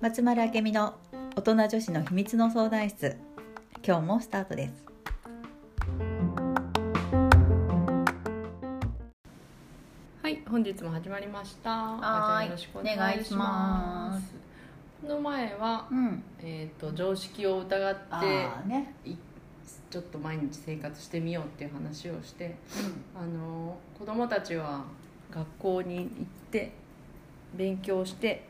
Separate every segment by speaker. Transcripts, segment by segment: Speaker 1: 松丸明美の大人女子の秘密の相談室今日もスタートです
Speaker 2: はい、本日も始まりました。
Speaker 1: はーい
Speaker 2: よろしくお願いします。この前は、
Speaker 1: うん
Speaker 2: えっ、と常識を疑って
Speaker 1: ああね、
Speaker 2: ちょっと毎日生活してみようっていう話をして、あのー子供たちは学校に行って勉強して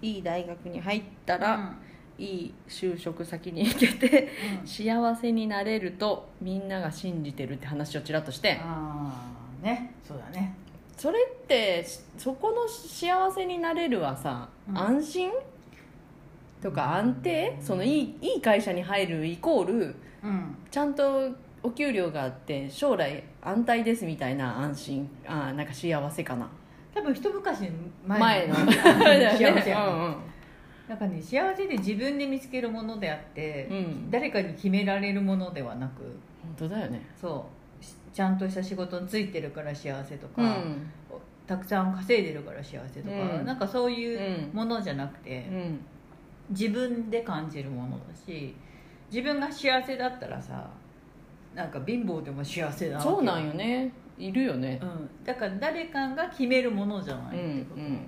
Speaker 2: いい大学に入ったら、いい就職先に行けて幸せになれるとみんなが信じてるって話をちらっとして、
Speaker 1: ああねそうだね
Speaker 2: それってしそこの幸せになれるはさ、
Speaker 1: うん
Speaker 2: 安心とか安定そのいいいい会社に入るイコール
Speaker 1: うん
Speaker 2: ちゃんとお給料があって将来安泰ですみたいな安心あーなんか幸せかな
Speaker 3: 多分一昔前
Speaker 2: 前の
Speaker 3: 幸せや
Speaker 2: う
Speaker 3: ね
Speaker 2: ん
Speaker 3: なんかね幸せで自分で見つけるものであって、
Speaker 2: うん、うん、
Speaker 3: 誰かに決められるものではなく
Speaker 2: 本当だよね
Speaker 3: そうしちゃんとした仕事についてるから幸せとか、
Speaker 2: うん
Speaker 3: たくさん稼いでるから幸せとか、
Speaker 2: うん
Speaker 3: なんかそう
Speaker 2: う
Speaker 3: いうんものじゃなくて、
Speaker 2: うん
Speaker 3: 自分で感じるものだし自分が幸せだったらさなんか貧乏でも幸せだ
Speaker 2: そうなん
Speaker 3: よ、
Speaker 2: よねいるよね
Speaker 3: うん、だから誰かが決めるものじゃな
Speaker 2: うん
Speaker 3: いってこと、うん、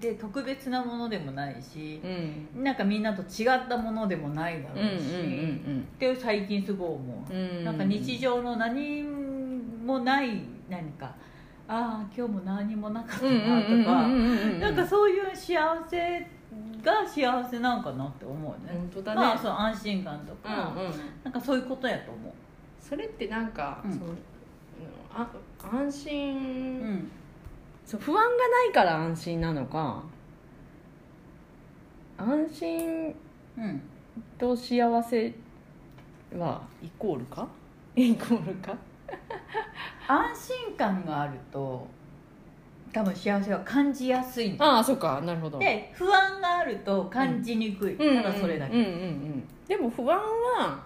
Speaker 3: で特別なものでもないし
Speaker 2: うん、うん
Speaker 3: なんかみんなと違ったものでもないだろ
Speaker 2: うんう
Speaker 3: うんし、って最近すごい思
Speaker 2: うんう
Speaker 3: う、
Speaker 2: ん
Speaker 3: なんか日常の何もない何かああ今日も何もなかった
Speaker 2: うんうん
Speaker 3: なと
Speaker 2: うん
Speaker 3: か、
Speaker 2: うんうんうん
Speaker 3: なんかそういう幸せが幸せなんかなって思うね、
Speaker 2: 本当だね、
Speaker 3: まあそう安心感と
Speaker 2: う
Speaker 3: か、
Speaker 2: んうん、
Speaker 3: なんかそういうことやと思
Speaker 2: それってなんか、
Speaker 3: うん
Speaker 2: そのあ安心、
Speaker 3: う、うん、
Speaker 2: そう不安がないから安心なのか安心
Speaker 3: うん、
Speaker 2: と幸せはイコールか イコールか
Speaker 3: 安心感があると多分幸せは感じやすいの
Speaker 2: ああそうかなるほど
Speaker 3: で不安があると感じにくい、
Speaker 2: うんうん
Speaker 3: ただそれだけ、
Speaker 2: うんうんうん、でも不安は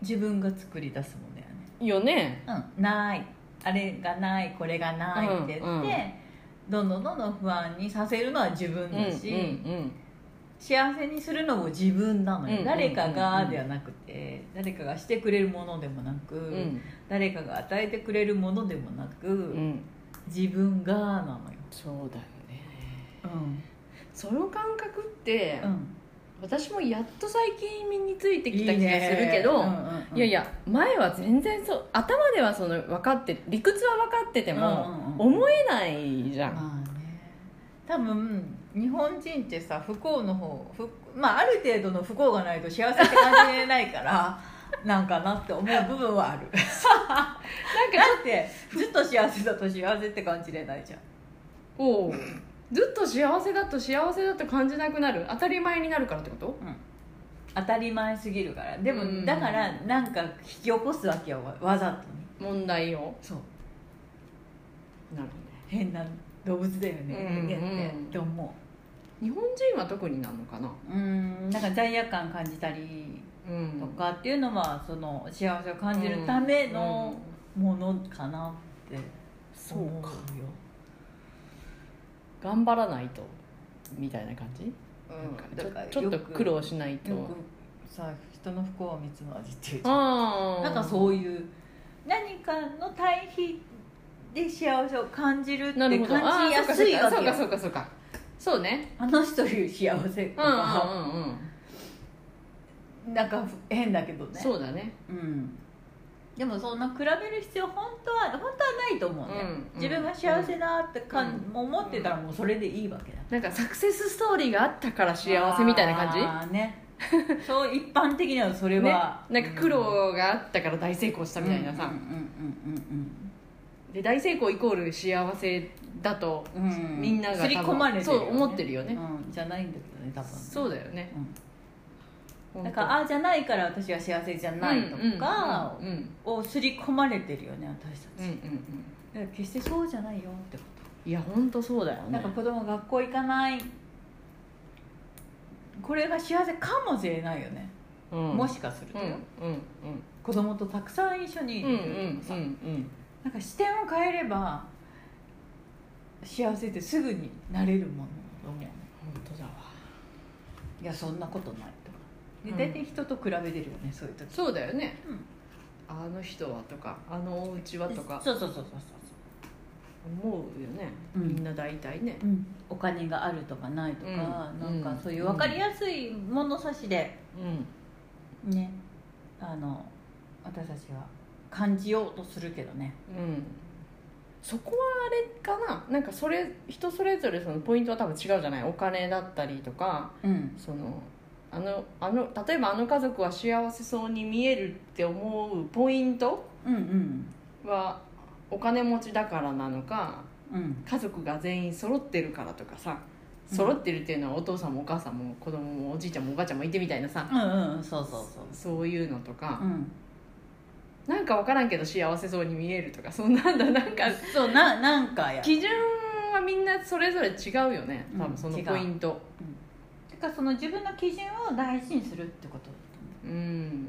Speaker 3: 自分が作り出すものやね
Speaker 2: よね
Speaker 3: うん、ないあれがないこれがないって言って、
Speaker 2: うんうん
Speaker 3: どんどんどんどん不安にさせるのは自分
Speaker 2: うんうん
Speaker 3: だし、幸せにするのも自分なのよ、
Speaker 2: うん
Speaker 3: 誰か
Speaker 2: うんうん
Speaker 3: が
Speaker 2: うん
Speaker 3: ではなくて誰かがしてくれるものでもなく、
Speaker 2: うんうん
Speaker 3: 誰かが与えてくれるものでもなく、
Speaker 2: うん
Speaker 3: 自分がなのよ、
Speaker 2: そうだよね
Speaker 3: うん
Speaker 2: その感覚って、
Speaker 3: うん、
Speaker 2: 私もやっと最近身についてきた気がするけどいやい
Speaker 3: や
Speaker 2: や前は全然そう頭ではその分かって理屈は分かってて
Speaker 3: で
Speaker 2: も、思えないじゃん、
Speaker 3: まあね多分日本人ってさ不幸の方不まあある程度の不幸がないと幸せって感じれないから なんかなって思う部分はあるなんかだってずっと幸せだと幸せって感じれないじゃん
Speaker 2: おうずっと幸せだと幸せだと感じなくなる当たり前になるからってこと
Speaker 3: 当たり前すぎるからでも、
Speaker 2: うん
Speaker 3: だからなんか引き起こすわけよわわざとに
Speaker 2: 問題を
Speaker 3: そう
Speaker 2: なる
Speaker 3: 変な動物だよね
Speaker 2: うんうん
Speaker 3: 人間って、って思
Speaker 2: 日本人は特になるのかな
Speaker 3: ううんなんか罪悪感感じたり
Speaker 2: うん
Speaker 3: とかっていうのはその幸せを感じるための、ものかなって
Speaker 2: そ
Speaker 3: 思うよ
Speaker 2: うか頑張らないとみたいな感じ、なんか
Speaker 3: うん
Speaker 2: ちょ
Speaker 3: だから
Speaker 2: ちょっと
Speaker 3: よく
Speaker 2: 苦労しないと
Speaker 3: よくさ人の不幸は蜜の味っていうじゃん
Speaker 2: ああ
Speaker 3: なんかそういう何かの対比で幸せを感じるって
Speaker 2: な
Speaker 3: 感
Speaker 2: るほど
Speaker 3: じやすいわ
Speaker 2: そう
Speaker 3: け
Speaker 2: かそ
Speaker 3: よ
Speaker 2: うかそうかそうね
Speaker 3: あの人いう幸せと
Speaker 2: うんうんうん
Speaker 3: か、
Speaker 2: うん、
Speaker 3: なんか変だけどね
Speaker 2: そうだね
Speaker 3: うんでもそんな比べる必要本当は本当はないと思うね、
Speaker 2: うんうん
Speaker 3: 自分が幸せだってかん、
Speaker 2: う
Speaker 3: 思ってたらもうそれでいいわけだ
Speaker 2: なんかサクセスストーリーがあったから幸せみたいな感じ
Speaker 3: あーね そう一般的にはそれ
Speaker 2: ね、
Speaker 3: は、
Speaker 2: なんか苦労があったから大成功したみたいなさ、
Speaker 3: うんうん
Speaker 2: で大成功イコール幸せだと
Speaker 3: うんうんうんうん
Speaker 2: みんなが
Speaker 3: 刷り込まれてるよね、
Speaker 2: そう思ってるよね
Speaker 3: うんじゃないんだけどね多分
Speaker 2: そうだよね
Speaker 3: う
Speaker 2: ほ
Speaker 3: ん、
Speaker 2: ん
Speaker 3: だ
Speaker 2: と
Speaker 3: からああじゃないから私は幸せじゃないとか
Speaker 2: うんうんうん
Speaker 3: を刷り込まれてるよね私た
Speaker 2: うんう
Speaker 3: ち、
Speaker 2: んうん
Speaker 3: だから決してそうじゃないよってこと
Speaker 2: いや本当そうだよ
Speaker 3: な
Speaker 2: ね
Speaker 3: んか子供学校行かないこれが幸せかもしれないよね、
Speaker 2: うん
Speaker 3: もしかする
Speaker 2: う
Speaker 3: と
Speaker 2: ん
Speaker 3: よ、
Speaker 2: うんうん
Speaker 3: 子供とたくさん一緒にい
Speaker 2: うんうん
Speaker 3: るとかさ、
Speaker 2: うん
Speaker 3: なんか視点を変えれば幸せってすぐになれるものと思う
Speaker 2: 本当だわ
Speaker 3: いやそんなことないとかで
Speaker 2: うん
Speaker 3: 大体人と比べれるよねそういう時
Speaker 2: そうだよね、
Speaker 3: うん
Speaker 2: あの人はとかあのお家はとか
Speaker 3: そうそうそうそう
Speaker 2: 思うよね、
Speaker 3: うん
Speaker 2: みんな大体ね
Speaker 3: そう、うん、お金があるとかないとか、
Speaker 2: うん
Speaker 3: なん
Speaker 2: うん
Speaker 3: かそういう分かりやすい物差しで
Speaker 2: うん
Speaker 3: ねあの私たちは感じようとするけどね
Speaker 2: うんそこはあれかななんかそれ人それぞれそのポイントは多分違うじゃないお金だったりとか
Speaker 3: うん
Speaker 2: そのあのあの例えばあの家族は幸せそうに見えるって思うポイント
Speaker 3: うんうん
Speaker 2: はお金持ちだからなのか
Speaker 3: うん
Speaker 2: 家族が全員揃ってるからとかさ揃ってるっていうのはお父さんもお母さんも子供もおじいちゃんもおばあちゃんもいてみたいなさ
Speaker 3: うんうんそうそうそ
Speaker 2: そういうのとか
Speaker 3: う、うん、
Speaker 2: なんか分からんけど幸せそうに見えるとかそんなんだなんか
Speaker 3: そうななんかや
Speaker 2: 基準はみんなそれぞれ違うよね多
Speaker 3: う
Speaker 2: 分
Speaker 3: ん
Speaker 2: その
Speaker 3: 違う
Speaker 2: ポイント
Speaker 3: だからその自分の基準を大事にするってことだと思
Speaker 2: うん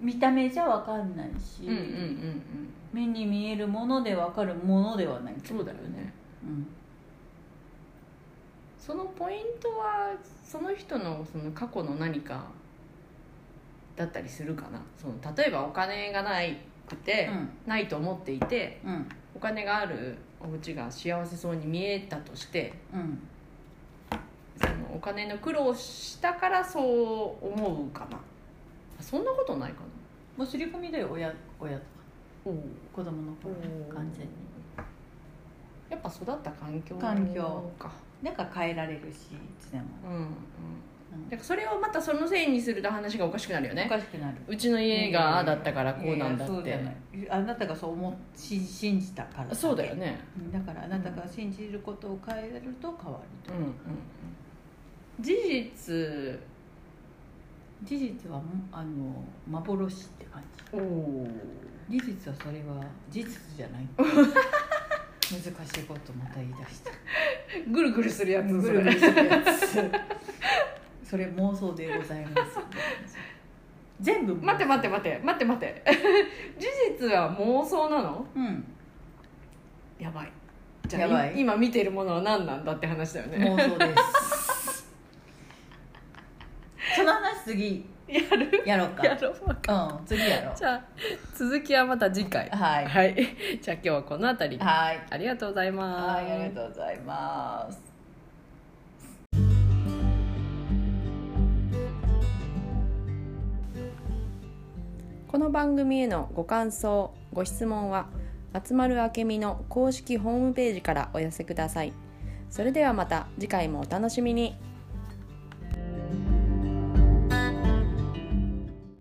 Speaker 3: う見た目じゃ分かんないし、
Speaker 2: うんうんうんうん
Speaker 3: 目に見えるもので分かるものではない
Speaker 2: そうだよね
Speaker 3: うん
Speaker 2: そのポイントはその人のその過去の何かだったりするかなその例えばお金がないくて、ないと思っていて
Speaker 3: うんうん
Speaker 2: お金があるお家が幸せそうに見えたとして
Speaker 3: うん
Speaker 2: そのお金の苦労したからそう思うかなそんなことないか
Speaker 3: も
Speaker 2: な
Speaker 3: う刷り込みだよ親親とか
Speaker 2: おう
Speaker 3: 子供の頃完全に
Speaker 2: やっぱ育った環境
Speaker 3: 環境
Speaker 2: か
Speaker 3: なんか変えられるしいつでも、
Speaker 2: うんうん
Speaker 3: うん
Speaker 2: だからそれをまたそのせいにすると話がおかしくなるよ
Speaker 3: お
Speaker 2: ね
Speaker 3: かしくなる
Speaker 2: うちの家がああだったからこうなんだ
Speaker 3: いやいや
Speaker 2: って
Speaker 3: そうじゃないあなたがそう思うし信じたからけ
Speaker 2: そうだよね
Speaker 3: うんだからあなたが信じることを変えると変わる
Speaker 2: う
Speaker 3: と
Speaker 2: んうんうん事実
Speaker 3: 事実はもうあの幻って感じ
Speaker 2: おお
Speaker 3: 事実はそれは事実じゃない難しいことまた言い出した
Speaker 2: ぐるぐるするやつ
Speaker 3: ぐ
Speaker 2: そ
Speaker 3: るぐ
Speaker 2: れ
Speaker 3: るするやつそれ妄想でございます全部
Speaker 2: 待って待って待って待って待って 事実は妄想なの
Speaker 3: うん
Speaker 2: やばいじゃあ
Speaker 3: やばい
Speaker 2: い今見てるものは何なんだって話だよね
Speaker 3: 妄想ですその話次
Speaker 2: やる
Speaker 3: やろうか
Speaker 2: やろう
Speaker 3: うん次やろ
Speaker 2: じゃあ続きはまた次回
Speaker 3: うはいはい
Speaker 2: はい、 じゃあ今日はこの辺り
Speaker 3: はい
Speaker 2: ありがとうございます。
Speaker 3: ありがとうございます
Speaker 2: この番組へのご感想ご質問は集まるあけみの公式ホームページからお寄せくださいそれではまた次回もお楽しみに